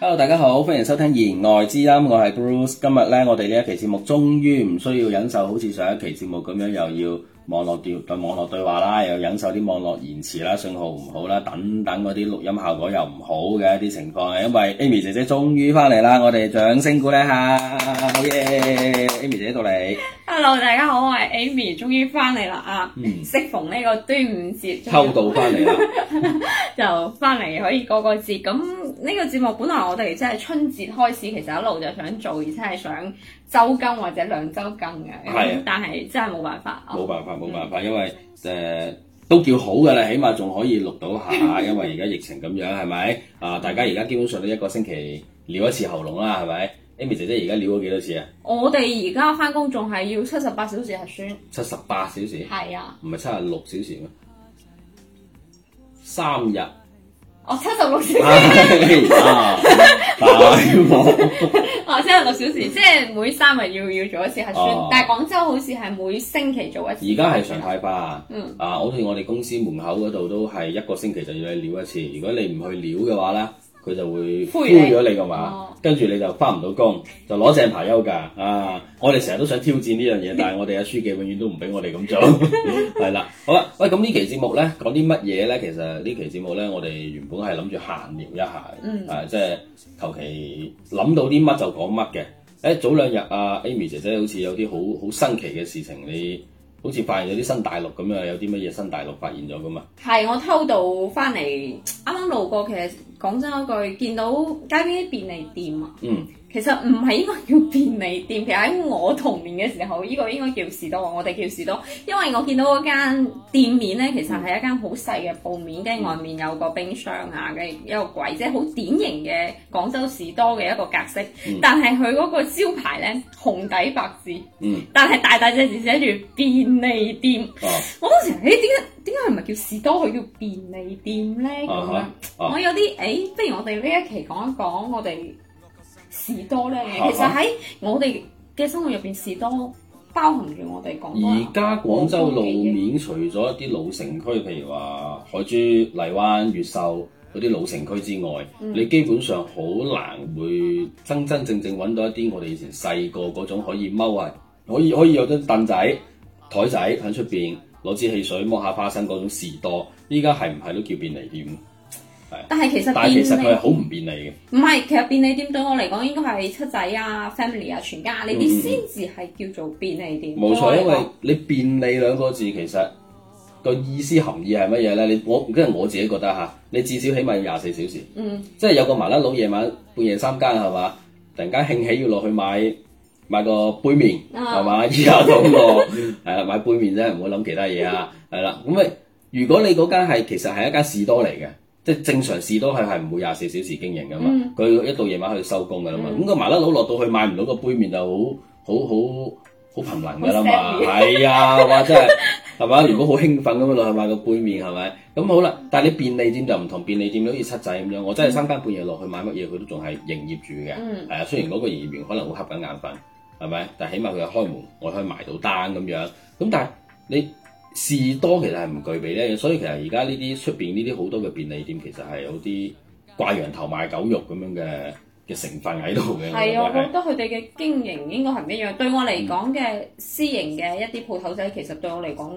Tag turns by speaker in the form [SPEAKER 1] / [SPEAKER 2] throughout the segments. [SPEAKER 1] 大家好，歡迎收聽言外之音，我係 Bruce。今日咧，我哋呢一期節目終於唔需要忍受好似上一期節目咁樣，又要網絡調對網絡對話啦，又忍受啲網絡延遲啦、信號唔好啦，等等嗰啲錄音效果又唔好嘅一啲情況。係因為 Amy 姐姐終於翻嚟啦，我哋掌聲鼓勵下，好嘢！Amy 姐姐到你，
[SPEAKER 2] Hello，大家好，我係 Amy，終於翻嚟啦啊！
[SPEAKER 1] 嗯
[SPEAKER 2] 適逢呢個端午節，終
[SPEAKER 1] 偷
[SPEAKER 2] 於
[SPEAKER 1] 渡翻嚟啦，
[SPEAKER 2] 就翻嚟可以過個節。咁呢個節目本來我哋即係春節開始，其實一路就想做，而且係想周更或者兩周更嘅。
[SPEAKER 1] 係啊
[SPEAKER 2] 但係真係冇辦法。啊
[SPEAKER 1] 冇辦法冇辦法，因為誒。都叫好㗎啦，起碼仲可以錄到下，因為而家疫情咁樣係咪？
[SPEAKER 2] 嗯
[SPEAKER 1] 啊，大家而家基本上都一個星期撩一次喉嚨啦，係咪？Amy 姐姐而家撩咗幾多次啊？
[SPEAKER 2] 我哋而家翻工仲係要七十八小時核酸。
[SPEAKER 1] 七十八小時，
[SPEAKER 2] 係啊，
[SPEAKER 1] 唔係七十六小時咩？三 日
[SPEAKER 2] 我哦七十六 小時，
[SPEAKER 1] 啊！大鑊
[SPEAKER 2] 我哦七十六小時，即係每三日要要做一次核酸。
[SPEAKER 1] 哦
[SPEAKER 2] 但係廣州好似係每星期做一次。
[SPEAKER 1] 而家係常態化，
[SPEAKER 2] 嗯
[SPEAKER 1] 啊，好似我哋公司門口嗰度都係一個星期就要你撩一次，如果你唔去撩嘅話咧，佢就會
[SPEAKER 2] 灰
[SPEAKER 1] 灰
[SPEAKER 2] 你
[SPEAKER 1] 咗你個碼
[SPEAKER 2] 哦，
[SPEAKER 1] 跟住你就翻唔到工，就攞正牌休假啊！我哋成日都想挑戰呢樣嘢，但係我哋嘅書記永遠都唔俾我哋咁做， 係啦，好啦，喂，咁呢期節目咧講啲乜嘢咧？其實呢期節目咧，我哋原本係諗住閒聊一下嘅，
[SPEAKER 2] 嗯
[SPEAKER 1] 啊，即係求其諗到啲乜就講乜嘅。誒早兩日啊，Amy 姐姐好似有啲好好新奇嘅事情，你好似發現咗啲新大陸咁樣，有啲乜嘢新大陸發現咗噶嘛？
[SPEAKER 2] 係我偷渡翻嚟，啱啱路過，其實講真嗰句，見到街邊啲便利店啊，
[SPEAKER 1] 嗯，
[SPEAKER 2] 其實唔係應該叫便利店，其實喺我童年嘅時候，呢、個應該叫士多，我哋叫士多，因為我見到嗰間店面咧，其實係一間好細嘅鋪面，跟住外面有個冰箱啊，跟住一個櫃，即係好典型嘅廣州士多嘅一個格式，
[SPEAKER 1] 嗯
[SPEAKER 2] 但係佢嗰個招牌咧紅底白字，
[SPEAKER 1] 嗯，
[SPEAKER 2] 但係大大隻字寫住便利店。
[SPEAKER 1] 哦，
[SPEAKER 2] 我當時誒點解點解係咪叫士多佢叫便利店咧咁樣？
[SPEAKER 1] 啊哈，啊
[SPEAKER 2] 我有啲誒、欸不如我哋呢一期講一講我哋士多咧。
[SPEAKER 1] 啊哈
[SPEAKER 2] 其實喺我哋嘅生活入邊，士多包含住我哋廣東人
[SPEAKER 1] 而家廣州路面除咗一啲老城區，譬如話海珠、荔灣、越秀嗰啲老城區之外，
[SPEAKER 2] 嗯
[SPEAKER 1] 你基本上好難會真真正正揾到一啲我哋以前細個嗰種可以踎啊，可以可以有張凳仔、台仔喺出邊攞支汽水摸下花生嗰種士多，依家係唔係都叫便利店？
[SPEAKER 2] 但係其實
[SPEAKER 1] 但係其實
[SPEAKER 2] 便
[SPEAKER 1] 佢係
[SPEAKER 2] 利
[SPEAKER 1] 好唔便利嘅。
[SPEAKER 2] 唔係，其實便利店對我嚟講應該係七仔啊、family 啊、全家啊呢
[SPEAKER 1] 嗯嗯
[SPEAKER 2] 啲先至係叫做便利店。
[SPEAKER 1] 冇
[SPEAKER 2] 對我嚟
[SPEAKER 1] 錯，因為
[SPEAKER 2] 講
[SPEAKER 1] 你便利兩個字其實個意思含義係乜嘢咧？你我跟住我自己覺得嚇，你至少起碼要廿四小時，
[SPEAKER 2] 嗯
[SPEAKER 1] 即係有個麻甩佬夜晚半夜三更係嘛，突然間興起要落去買買個杯麵
[SPEAKER 2] 啊
[SPEAKER 1] 係嘛， 依家到喎，係啊啦買杯麵啫，唔好諗其他嘢 啊，係啦，咁咪如果你嗰間係其實係一間士多嚟嘅。即係正常士多係係唔會廿四小時經營噶嘛，
[SPEAKER 2] 嗯
[SPEAKER 1] 佢、一到夜晚去收工噶啦嘛，咁、個麻甩佬落到去買唔到個杯麵就好好好好頻能噶啦嘛，
[SPEAKER 2] 好 sad
[SPEAKER 1] 係啊，哇真係係嘛？如果好興奮咁樣落去買個杯麵係咪？咁好啦，但係你便利店就唔同，便利店好似七仔咁樣，我真係三更半夜落去買乜嘢，佢都仲係營業住嘅。
[SPEAKER 2] 嗯
[SPEAKER 1] 係啊，雖然嗰個營業員可能會瞌緊眼瞓，係咪？但係起碼佢係開門，我可以埋到單咁樣。咁但係你士多其實係唔具備咧，所以其實而家呢啲出邊呢啲好多嘅便利店其實係有啲掛羊頭賣狗肉咁樣嘅嘅成分喺度嘅。
[SPEAKER 2] 係啊，
[SPEAKER 1] 我
[SPEAKER 2] 我
[SPEAKER 1] 覺得
[SPEAKER 2] 覺得佢哋嘅經營應該係唔一樣。對我嚟
[SPEAKER 1] 嗯
[SPEAKER 2] 講嘅私營嘅一啲鋪頭仔，其實對我嚟講，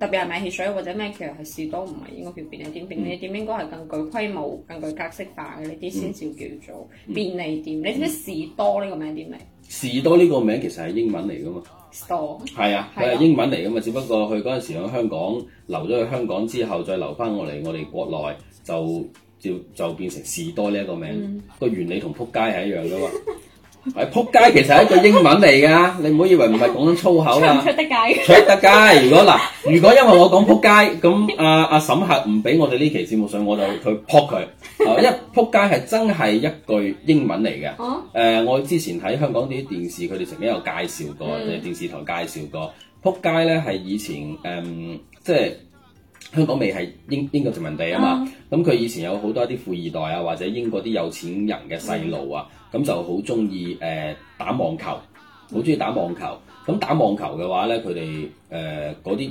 [SPEAKER 2] 特別係賣汽水或者咩，其實係士多唔係應該叫便利
[SPEAKER 1] 嗯
[SPEAKER 2] 店，便利店應該係更具規模、更具格式化嘅呢啲先至叫做
[SPEAKER 1] 嗯
[SPEAKER 2] 便利店。你知唔知士多呢個名點嚟
[SPEAKER 1] 士多呢個名其實係英文嚟噶嘛。
[SPEAKER 2] ？store
[SPEAKER 1] 係啊，佢
[SPEAKER 2] 係
[SPEAKER 1] 係
[SPEAKER 2] 啊
[SPEAKER 1] 英文嚟噶嘛，只不過佢嗰陣時喺香港留咗去香港之後，再留翻我嚟我哋國內就就就變成士多呢一個名，個、原理同撲街係一樣噶嘛。 係撲街其實係一個英文嚟噶，你唔好以為唔係講緊粗口
[SPEAKER 2] 出唔
[SPEAKER 1] 啊
[SPEAKER 2] 出。得街？
[SPEAKER 1] 出得街，如果嗱，如果因為我講撲街，咁阿阿沈客唔俾我哋呢期節目上，我就佢撲佢。啊因為撲街係真係一句英文嚟嘅。誒
[SPEAKER 2] 哦、
[SPEAKER 1] 我之前睇香港啲電視，佢哋曾經有介紹過，
[SPEAKER 2] 嗯
[SPEAKER 1] 電視台介紹過撲街咧係以前誒、嗯即係香港未係英英國殖民地啊嘛。咁佢以前有好多啲富二代啊，或者英國啲有錢人嘅細路啊，咁就好中意誒打網球，好中意打網球。呃咁打網球嘅話咧，佢哋誒嗰啲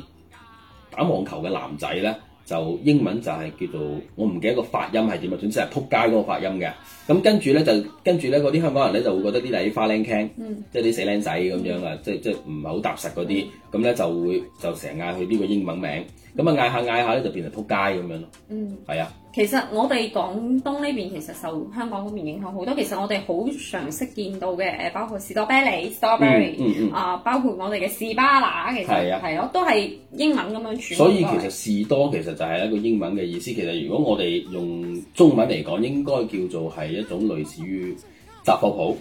[SPEAKER 1] 打網球嘅男仔咧，就英文就係叫做我唔記得個發音係點啊，總之係撲街嗰個發音嘅。咁跟住咧就跟住咧嗰啲香港人咧就會覺得啲係花靚 can，即係
[SPEAKER 2] 嗯
[SPEAKER 1] 啲死僆仔咁樣啊，即係即係唔係好踏實嗰啲，咁咧就會就成日嗌佢呢個英文名，咁啊嗌下嗌下咧就變成撲街咁樣咯，
[SPEAKER 2] 嗯，
[SPEAKER 1] 係啊，
[SPEAKER 2] 其實我哋廣東呢邊其實受香港嗰邊影響好多，其實我哋好常識見到嘅誒，包括士多啤梨 （strawberry）。
[SPEAKER 1] 嗯嗯。
[SPEAKER 2] 啊，包括我哋嘅士巴拿，其
[SPEAKER 1] 係
[SPEAKER 2] 實
[SPEAKER 1] 啊
[SPEAKER 2] 係咯，都係英文咁樣傳。
[SPEAKER 1] 所以其實士多其實就係一個英文嘅意思。其實如果我哋用中文嚟講，應該叫做係一種類似於雜貨鋪，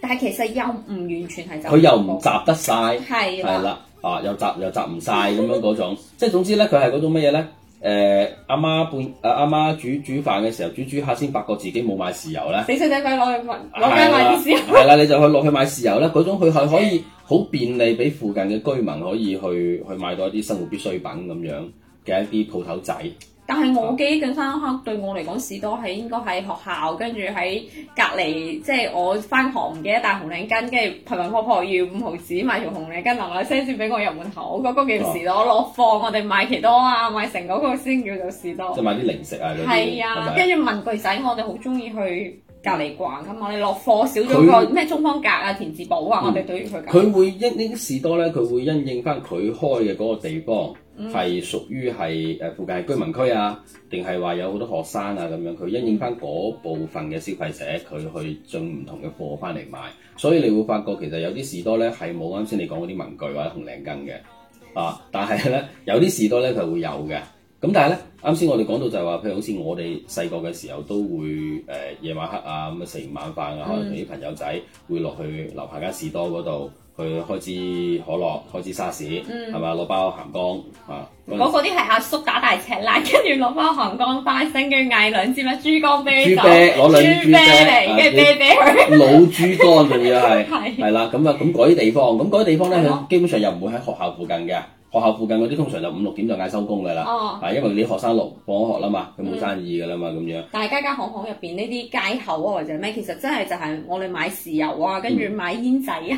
[SPEAKER 2] 但係其實又唔完全係就
[SPEAKER 1] 佢又唔雜得晒，
[SPEAKER 2] 係
[SPEAKER 1] 係
[SPEAKER 2] 啦，
[SPEAKER 1] 啦，啊又雜又雜唔晒咁樣嗰種。即係總之咧，佢係嗰種乜嘢咧？誒阿媽半阿阿媽煮煮飯嘅時候，煮煮下先發覺自己冇買豉油咧。
[SPEAKER 2] 死死仔鬼攞去問，攞
[SPEAKER 1] 係
[SPEAKER 2] 街買
[SPEAKER 1] 啦
[SPEAKER 2] 啲豉，
[SPEAKER 1] 係啦，你就去落去買豉油啦。嗰種佢係可以好便利，俾附近嘅居民可以去去買到一啲生活必需品咁樣嘅一啲鋪頭仔。
[SPEAKER 2] 但係我記憶更深刻，對我嚟講，士多係應該喺學校，跟住喺隔離，即係我翻學唔記得帶紅領巾，跟住貧民婆婆要五毫子買條紅領巾，嗱嗱聲先俾我入門口，嗰、個
[SPEAKER 1] 哦
[SPEAKER 2] 叫士多。落課我哋買奇多啊，買成嗰個先叫做士多
[SPEAKER 1] 即。係買啲零食啊嗰啲，
[SPEAKER 2] 哦係
[SPEAKER 1] 係
[SPEAKER 2] 啊，
[SPEAKER 1] 咪
[SPEAKER 2] 跟住文具仔我哋好中意去隔離逛噶嘛，你落課少咗
[SPEAKER 1] 嗯佢嗯
[SPEAKER 2] 個咩中方格啊、田字寶啊，我哋都要去隔離。
[SPEAKER 1] 佢會因應士多咧，佢會因應翻佢開嘅嗰個地方
[SPEAKER 2] 嗯
[SPEAKER 1] 係屬於係呃誒附近係居民區啊，定係話有好多學生啊咁樣，佢因應翻嗰部分嘅消費者，佢去進唔同嘅貨翻嚟買，所以你會發覺其實有啲士多咧係冇啱先你講嗰啲文具或者紅領巾嘅啊，但係咧 有啲士多咧佢會有嘅。咁但係咧，啱先我哋講到就係話，譬如好似我哋細個嘅時候都會誒、呃夜晚黑啊，咁啊食完晚飯啊，可能同啲朋友仔會落去樓下間士多嗰度去開支可樂、開支沙士，係嘛、攞包鹹乾啊，
[SPEAKER 2] 嗯嗰個啲係阿叔打大赤辣，跟住攞包韓江花生，跟住嗌兩支咩珠江啤酒，
[SPEAKER 1] 豬啤攞兩支
[SPEAKER 2] 啤嚟，跟住啤啤佢。
[SPEAKER 1] 老豬肝仲要係
[SPEAKER 2] 係
[SPEAKER 1] 係啦，咁啊咁嗰啲地方，咁嗰啲地方咧，
[SPEAKER 2] 係咯
[SPEAKER 1] 佢基本上又唔會喺學校附近嘅。學校附近嗰啲通常就五六點就嗌收工㗎啦，
[SPEAKER 2] 哦嗯
[SPEAKER 1] 係、因為你學生落放咗學啦嘛，佢冇生意㗎啦嘛，咁樣。
[SPEAKER 2] 但係家家巷巷入邊呢啲街口啊，或者咩，其實真係就係我哋買豉油啊，跟住買煙仔啊，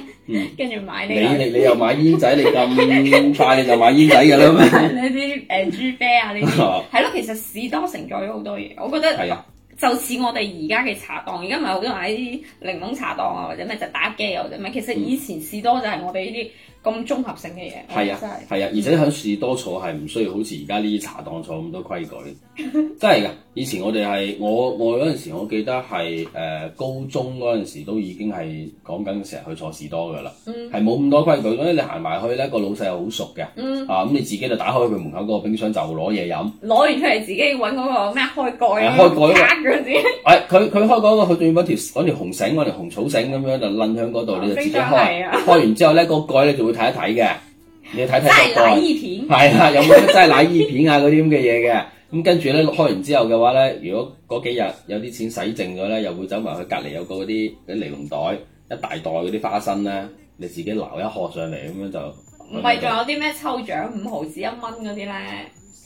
[SPEAKER 2] 跟住買呢
[SPEAKER 1] 嗯你
[SPEAKER 2] 個
[SPEAKER 1] 你你又買煙仔，你咁快你就買煙仔㗎啦 咩？
[SPEAKER 2] 呢啲誒豬啤啊呢 啲，係咯，其實士多承載咗好多嘢，我覺
[SPEAKER 1] 哦係
[SPEAKER 2] 得。
[SPEAKER 1] 啊，
[SPEAKER 2] 就似我哋而家嘅茶檔，而家咪好多人喺啲檸檬茶檔啊，或者咩就打機啊，或者咩。其實以前士多就係我哋呢啲咁綜合性嘅嘢，
[SPEAKER 1] 係
[SPEAKER 2] 真係
[SPEAKER 1] 啊，係啊，而且喺士多坐係唔需要好似而家呢啲茶檔坐咁多規矩， 真係㗎。以前我哋係我我嗰陣時，我記得係誒、呃高中嗰陣時都已經係講緊成日去坐士多㗎啦，係冇咁多規矩，所以你行埋去咧個老細又好熟嘅，
[SPEAKER 2] 嗯
[SPEAKER 1] 啊咁你自己就打開佢門口嗰個冰箱就攞嘢飲。
[SPEAKER 2] 攞完出嚟自己揾嗰個咩開蓋
[SPEAKER 1] 係開
[SPEAKER 2] 啊，
[SPEAKER 1] 蓋嗰個
[SPEAKER 2] 卡嗰啲，
[SPEAKER 1] 誒哎佢佢開嗰個佢仲要揾條嗰條紅繩，嗰條紅草繩咁樣就攆響嗰度，哦你就自己
[SPEAKER 2] 非常係
[SPEAKER 1] 開。
[SPEAKER 2] 啊
[SPEAKER 1] 開完之後咧，個蓋你就會睇一睇嘅，你要睇睇
[SPEAKER 2] 真係
[SPEAKER 1] 個
[SPEAKER 2] 奶
[SPEAKER 1] 蓋。
[SPEAKER 2] 意片。
[SPEAKER 1] 係啦，有冇啲真係奶衣片啊嗰啲咁嘅嘢嘅？咁跟住咧開完之後嘅話咧，如果嗰幾日有啲錢使剩咗咧，又會走埋去隔離有個嗰啲嗰啲尼龍袋，一大袋嗰啲花生咧，你自己撈一殼上嚟咁樣就
[SPEAKER 2] 唔係仲有啲咩抽獎五毫子一蚊嗰啲咧，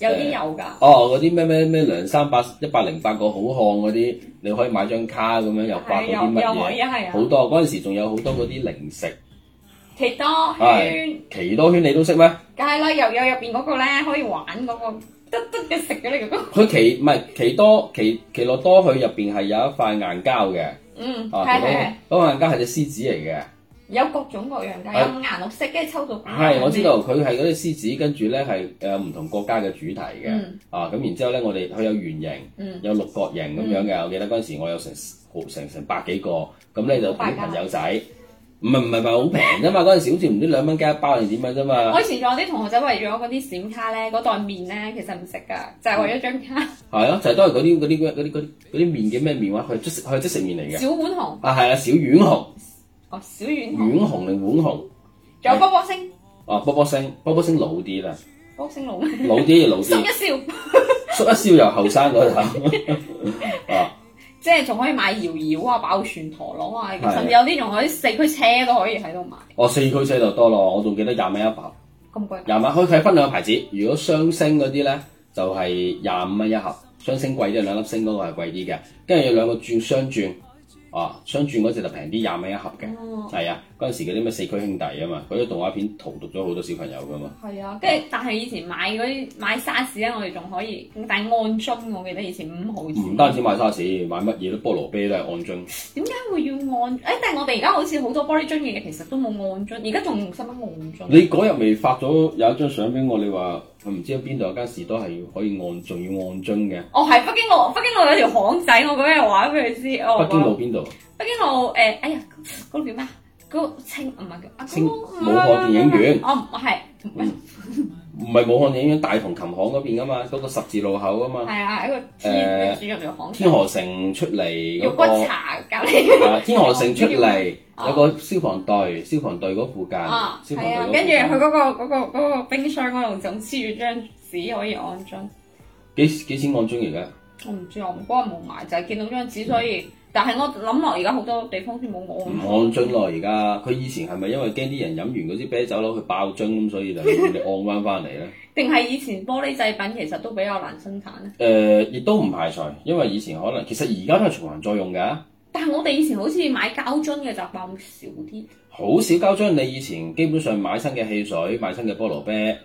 [SPEAKER 2] 有啲有㗎。
[SPEAKER 1] 哦，嗰啲咩咩咩梁山八一百零八個好漢嗰啲，你可以買張卡咁樣又發到啲
[SPEAKER 2] 係又
[SPEAKER 1] 乜
[SPEAKER 2] 又可以
[SPEAKER 1] 嘢？
[SPEAKER 2] 係
[SPEAKER 1] 好
[SPEAKER 2] 啊，
[SPEAKER 1] 多嗰陣時仲有好多嗰啲零食，
[SPEAKER 2] 奇多
[SPEAKER 1] 係
[SPEAKER 2] 圈，
[SPEAKER 1] 奇多圈你都識咩？
[SPEAKER 2] 梗係啦，又有入邊嗰個咧可以玩嗰個，得得嘅食咗你個，
[SPEAKER 1] 佢奇唔係奇多奇奇樂多，佢入邊係有一塊硬膠嘅，
[SPEAKER 2] 嗯，
[SPEAKER 1] 啊
[SPEAKER 2] 係
[SPEAKER 1] 奇多
[SPEAKER 2] 係
[SPEAKER 1] 嗰塊
[SPEAKER 2] 係。
[SPEAKER 1] 硬膠係隻獅子嚟嘅。
[SPEAKER 2] 有各種各樣㗎，
[SPEAKER 1] 係
[SPEAKER 2] 有顏綠色，跟住抽到
[SPEAKER 1] 係，我知道佢係嗰啲獅子，跟住咧係誒唔同國家嘅主題嘅，
[SPEAKER 2] 嗯
[SPEAKER 1] 啊咁然之後咧，我哋佢有圓形，
[SPEAKER 2] 嗯
[SPEAKER 1] 有六角形咁樣嘅。我記得嗰陣時我有成好成成百幾個，咁咧就同啲朋友仔，唔係唔係唔係好平啫嘛，嗰陣時好似唔知兩蚊雞一包定點樣啫嘛
[SPEAKER 2] 我，以前仲有啲同學仔為咗嗰啲閃卡咧，嗰袋麵咧，其實唔食㗎，就係為咗張卡。
[SPEAKER 1] 係啊，就係都係嗰啲嗰啲嗰啲嗰啲嗰啲麵嘅咩麵話，佢係即食佢係即食麵嚟嘅，
[SPEAKER 2] 小浣熊，
[SPEAKER 1] 啊係啊，小丸紅、
[SPEAKER 2] 哦，小浣熊，
[SPEAKER 1] 丸紅定碗紅，
[SPEAKER 2] 仲有波波星，
[SPEAKER 1] 啊波波星，波波星老啲啦，
[SPEAKER 2] 波星龍，
[SPEAKER 1] 老啲老
[SPEAKER 2] 送
[SPEAKER 1] 啲
[SPEAKER 2] 一，笑，
[SPEAKER 1] 叔一笑又後生嗰頭，啊。
[SPEAKER 2] 即係仲可以買搖搖啊、爆旋陀螺啊，
[SPEAKER 1] 係
[SPEAKER 2] 甚至有啲仲可以四驅車都可以喺度買，
[SPEAKER 1] 哦，四驅車就多咯，我仲記得廿蚊一盒，
[SPEAKER 2] 咁貴。
[SPEAKER 1] 廿蚊可以睇分兩個牌子。如果雙星嗰啲咧，就係廿五蚊一盒，雙星貴啲，兩粒星嗰個係貴啲嘅。跟住有兩個轉雙轉，啊，相轉嗰只就平啲，廿蚊一盒嘅。
[SPEAKER 2] 哦，
[SPEAKER 1] 係啊，嗰陣時嗰啲咩四驅兄弟啊嘛，嗰啲動畫片荼毒咗好多小朋友噶嘛。
[SPEAKER 2] 係啊，跟住但係以前買嗰啲買沙士咧，我哋仲可以，但係按樽，我記得以前五毫
[SPEAKER 1] 唔
[SPEAKER 2] 紙。
[SPEAKER 1] 單止買沙士，買乜嘢都菠蘿啤都係按樽。
[SPEAKER 2] 點解會要按？誒、但係我哋而家好似好多玻璃樽嘅嘢，其實都冇按樽，而家仲用使乜按樽？啊
[SPEAKER 1] 你嗰日未發咗有一張相俾我，你話佢唔知喺邊度有間士多係可以按，仲要按樽嘅。
[SPEAKER 2] 哦，係北京路，北京路有條巷仔，我嗰日話俾佢知，我話
[SPEAKER 1] 北京路邊度？
[SPEAKER 2] 北京路誒，哎呀，嗰個叫咩啊？嗰個清唔係叫啊？
[SPEAKER 1] 清
[SPEAKER 2] 嗰個
[SPEAKER 1] 武漢電影院
[SPEAKER 2] 哦，係
[SPEAKER 1] 唔係武漢影院大同琴行嗰邊噶嘛，嗰、個十字路口啊嘛。
[SPEAKER 2] 係啊，一個天主入條巷仔
[SPEAKER 1] 天，河城出嚟
[SPEAKER 2] 肉
[SPEAKER 1] 嗰、
[SPEAKER 2] 骨
[SPEAKER 1] 個
[SPEAKER 2] 茶隔 離
[SPEAKER 1] 啊天河城出 嚟
[SPEAKER 2] 啊
[SPEAKER 1] 有個消防隊，消防隊嗰附近，
[SPEAKER 2] 啊，
[SPEAKER 1] 消防
[SPEAKER 2] 係啊，
[SPEAKER 1] 隊
[SPEAKER 2] 跟住
[SPEAKER 1] 嗰
[SPEAKER 2] 佢
[SPEAKER 1] 附
[SPEAKER 2] 嗰個嗰個嗰個冰箱嗰度仲黐住張紙可以按樽，
[SPEAKER 1] 近，幾幾錢按樽而家？
[SPEAKER 2] 我唔知我嗰日冇買，就係見到張紙，所以但係我諗落而家好多地方先冇
[SPEAKER 1] 唔
[SPEAKER 2] 按
[SPEAKER 1] 按樽咯，而家佢以前係咪因為驚啲人飲完嗰支啤酒攞去爆樽咁，所 以就你按翻翻嚟咧？
[SPEAKER 2] 定係以前玻璃製品其實都比較難生產咧。
[SPEAKER 1] 誒、亦都唔排除，因為以前可能其實而家都係循環再用㗎。
[SPEAKER 2] 但係我哋以前好似買膠樽嘅習慣會少啲，
[SPEAKER 1] 好少膠樽，你以前基本上買新嘅汽水、買新嘅菠蘿啤、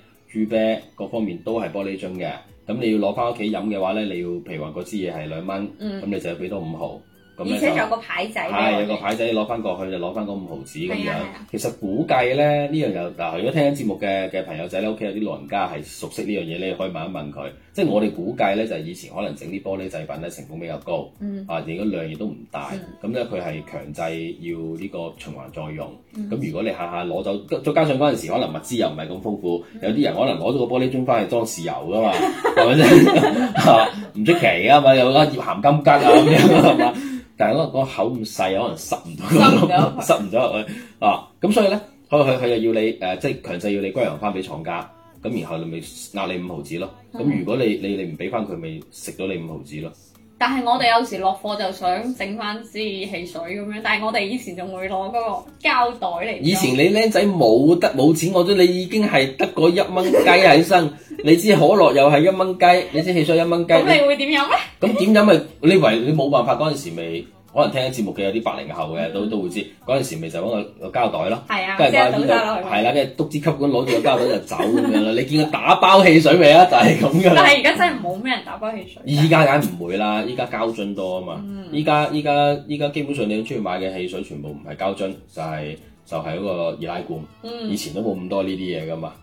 [SPEAKER 1] 豬啤各方面都係玻璃樽嘅。咁你要攞翻屋企飲嘅話咧，你要譬如話嗰支嘢係兩蚊，咁、
[SPEAKER 2] 嗯
[SPEAKER 1] 你就要俾多五毫。咁
[SPEAKER 2] 而
[SPEAKER 1] 咧
[SPEAKER 2] 且仲有
[SPEAKER 1] 就
[SPEAKER 2] 個牌仔俾
[SPEAKER 1] 係有
[SPEAKER 2] 我
[SPEAKER 1] 個
[SPEAKER 2] 哋
[SPEAKER 1] 牌仔攞翻過去就攞翻嗰五毫子咁
[SPEAKER 2] 係
[SPEAKER 1] 樣
[SPEAKER 2] 啊係啊。
[SPEAKER 1] 其實估計咧呢樣又嗱，如果聽緊節目嘅嘅朋友仔咧，屋企有啲老人家係熟悉呢樣嘢，你可以問一問佢。即係我哋估計咧，就係以前可能整啲玻璃製品咧成本比較高。
[SPEAKER 2] 嗯
[SPEAKER 1] 啊，而家量亦都唔大
[SPEAKER 2] 嗯，
[SPEAKER 1] 咁咧佢係強制要呢個循環再用。
[SPEAKER 2] 嗯
[SPEAKER 1] 咁、如果你下下攞走，再加上嗰陣時可能物資又唔係咁豐富，
[SPEAKER 2] 嗯
[SPEAKER 1] 有啲人可能攞咗個玻璃樽翻去裝豉油噶嘛， 係咪先？唔 出奇噶嘛，有粒葉鹹金桔啊咁樣係嘛？但係嗰個口咁細，可能塞唔
[SPEAKER 2] 塞唔
[SPEAKER 1] 到
[SPEAKER 2] 到
[SPEAKER 1] 咁， 塞唔到入去啊！咁所以咧，佢佢佢又要你誒、呃即係強制要你歸還翻俾廠家，咁然後你咪壓你五毫子咯。
[SPEAKER 2] 嗯
[SPEAKER 1] 咁如果你你你唔俾翻佢，咪食咗你五毫子咯。
[SPEAKER 2] 但係我哋有時落課就想整翻支汽水咁樣，但係我哋以前仲會攞嗰個膠袋嚟裝。
[SPEAKER 1] 以前你僆仔冇得冇錢我都，你已經係得嗰一蚊雞喺 身，你支可樂又係一蚊雞，你支汽水一蚊雞，
[SPEAKER 2] 咁你會點飲咧？
[SPEAKER 1] 咁點飲咪？你以為你冇辦法嗰陣時咪？可能聽緊節目嘅有啲八零後嘅都都會知，嗰陣時咪就揾個個膠袋咯，
[SPEAKER 2] 係啊，
[SPEAKER 1] 跟
[SPEAKER 2] 即
[SPEAKER 1] 住
[SPEAKER 2] 係
[SPEAKER 1] 掛喺
[SPEAKER 2] 倒
[SPEAKER 1] 邊
[SPEAKER 2] 晒
[SPEAKER 1] 度，
[SPEAKER 2] 落去。
[SPEAKER 1] 係啦，跟住篤支吸管攞住個膠袋就走咁樣啦。你見佢打包汽水未啊？就係咁噶啦
[SPEAKER 2] 但。係而家真係冇咩人打包汽水。嗯
[SPEAKER 1] 依家梗唔會啦，依家膠樽多啊嘛。依家依家依家基本上你出去買嘅汽水全部唔係膠樽，就係、就係、嗰個易拉罐。
[SPEAKER 2] 嗯
[SPEAKER 1] 以前都冇咁多呢啲嘢噶嘛，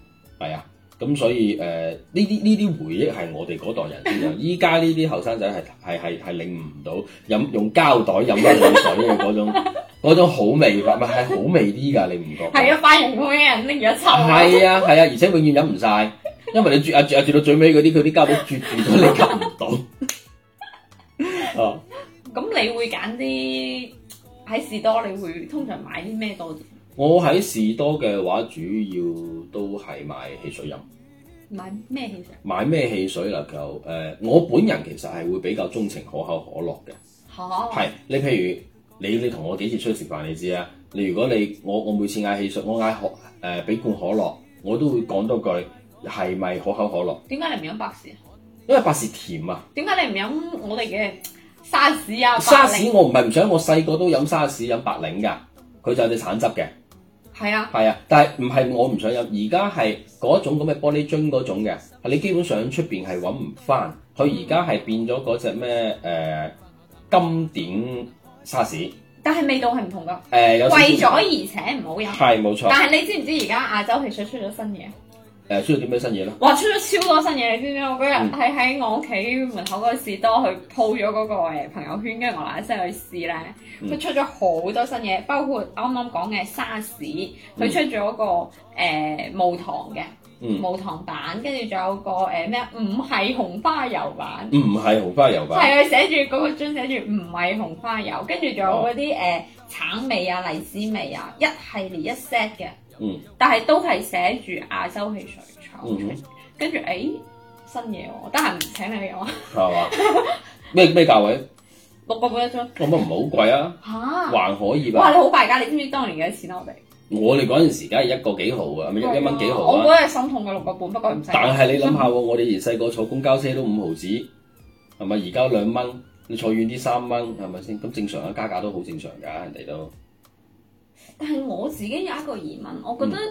[SPEAKER 1] 係啊。咁所以誒呃呢啲呢啲回憶係我哋嗰代人先 有，依家呢啲後生仔係係係係領悟唔到飲用膠袋飲翻汽水嘅嗰 種嗰種好味法，咪係好味啲㗎，你唔覺？
[SPEAKER 2] 係啊，發型會有人拎住一抽。
[SPEAKER 1] 係啊係啊，而且永遠飲唔晒，因為你啜啊啜啊啜到最尾嗰啲，佢啲膠袋啜住咗，你吸唔 到。哦，
[SPEAKER 2] 咁你會揀啲喺士多，你會通常買啲咩多啲？
[SPEAKER 1] 我喺士多嘅話，主要都係買汽水飲。
[SPEAKER 2] 買咩汽水？
[SPEAKER 1] 買咩汽水啦？就誒、我本人其實係會比較鍾情可口可樂嘅。
[SPEAKER 2] 嚇！
[SPEAKER 1] 係你譬如你你同我幾次出去食飯，你知啊。你如果你我我每次嗌汽水，我嗌可誒俾罐可樂，我都會講多句係咪可口可樂？
[SPEAKER 2] 點解你唔飲百事啊？
[SPEAKER 1] 因為百事甜啊。
[SPEAKER 2] 點解你唔飲我哋嘅沙士啊？
[SPEAKER 1] 沙
[SPEAKER 2] 百
[SPEAKER 1] 士
[SPEAKER 2] 靈
[SPEAKER 1] 我唔係唔想，我細個都飲沙士飲白檸㗎，佢就有隻橙汁嘅，
[SPEAKER 2] 係啊，
[SPEAKER 1] 係啊，但係唔係我唔想飲，而家係嗰種咁嘅玻璃樽嗰種嘅，係你基本上出邊係揾唔翻，佢而家係變咗嗰只咩誒金典沙士，誒、
[SPEAKER 2] 但係味道係唔同㗎，
[SPEAKER 1] 有少少
[SPEAKER 2] 貴咗而且唔好飲。
[SPEAKER 1] 係冇錯，誒、呃
[SPEAKER 2] 但係你知唔知而家亞洲汽水出咗新嘢？
[SPEAKER 1] 需要啲咩新嘢咧？
[SPEAKER 2] 哇！出咗超多新嘢，你知唔知？我嗰
[SPEAKER 1] 嗯
[SPEAKER 2] 日係喺我屋企門口嗰個士多去 po 咗嗰個誒朋友圈，跟住我嗱一聲去試咧，
[SPEAKER 1] 嗯
[SPEAKER 2] 佢出咗好多新嘢，包括啱啱講嘅沙士，佢出咗個誒、呃無糖嘅
[SPEAKER 1] 嗯
[SPEAKER 2] 無糖版，跟住仲有個誒咩唔係紅花油版。
[SPEAKER 1] 唔係紅花油吧？
[SPEAKER 2] 係啊佢寫住嗰個樽寫住唔係紅花油，跟住仲有嗰啲誒橙味啊、荔枝味啊，一系列一 set 嘅，
[SPEAKER 1] 嗯
[SPEAKER 2] 但係都係寫住亞洲汽水廠
[SPEAKER 1] 嗯
[SPEAKER 2] 出
[SPEAKER 1] 哼，
[SPEAKER 2] 跟住誒哎新嘢喎，得閒請你嚟我
[SPEAKER 1] 係嘛？咩咩價位？
[SPEAKER 2] 六個半一樽
[SPEAKER 1] 我乜唔係好貴 啊，
[SPEAKER 2] 嚇！
[SPEAKER 1] 還可以
[SPEAKER 2] 哇！
[SPEAKER 1] 吧？
[SPEAKER 2] 你好敗家，你知唔知當年幾多錢啊？我哋
[SPEAKER 1] 我哋嗰陣時梗係一個幾毫啊，咪一一蚊幾毫啊
[SPEAKER 2] 我？嗰日心痛嘅六個半，不過唔使。
[SPEAKER 1] 但係你諗下喎，我哋以前細個坐公交車都五毫子，係咪？而家兩蚊，你坐遠啲三蚊係咪先？咁正常啊，加價都好正常㗎，人哋都
[SPEAKER 2] 但係我自己有一個疑問，我覺得
[SPEAKER 1] 嗯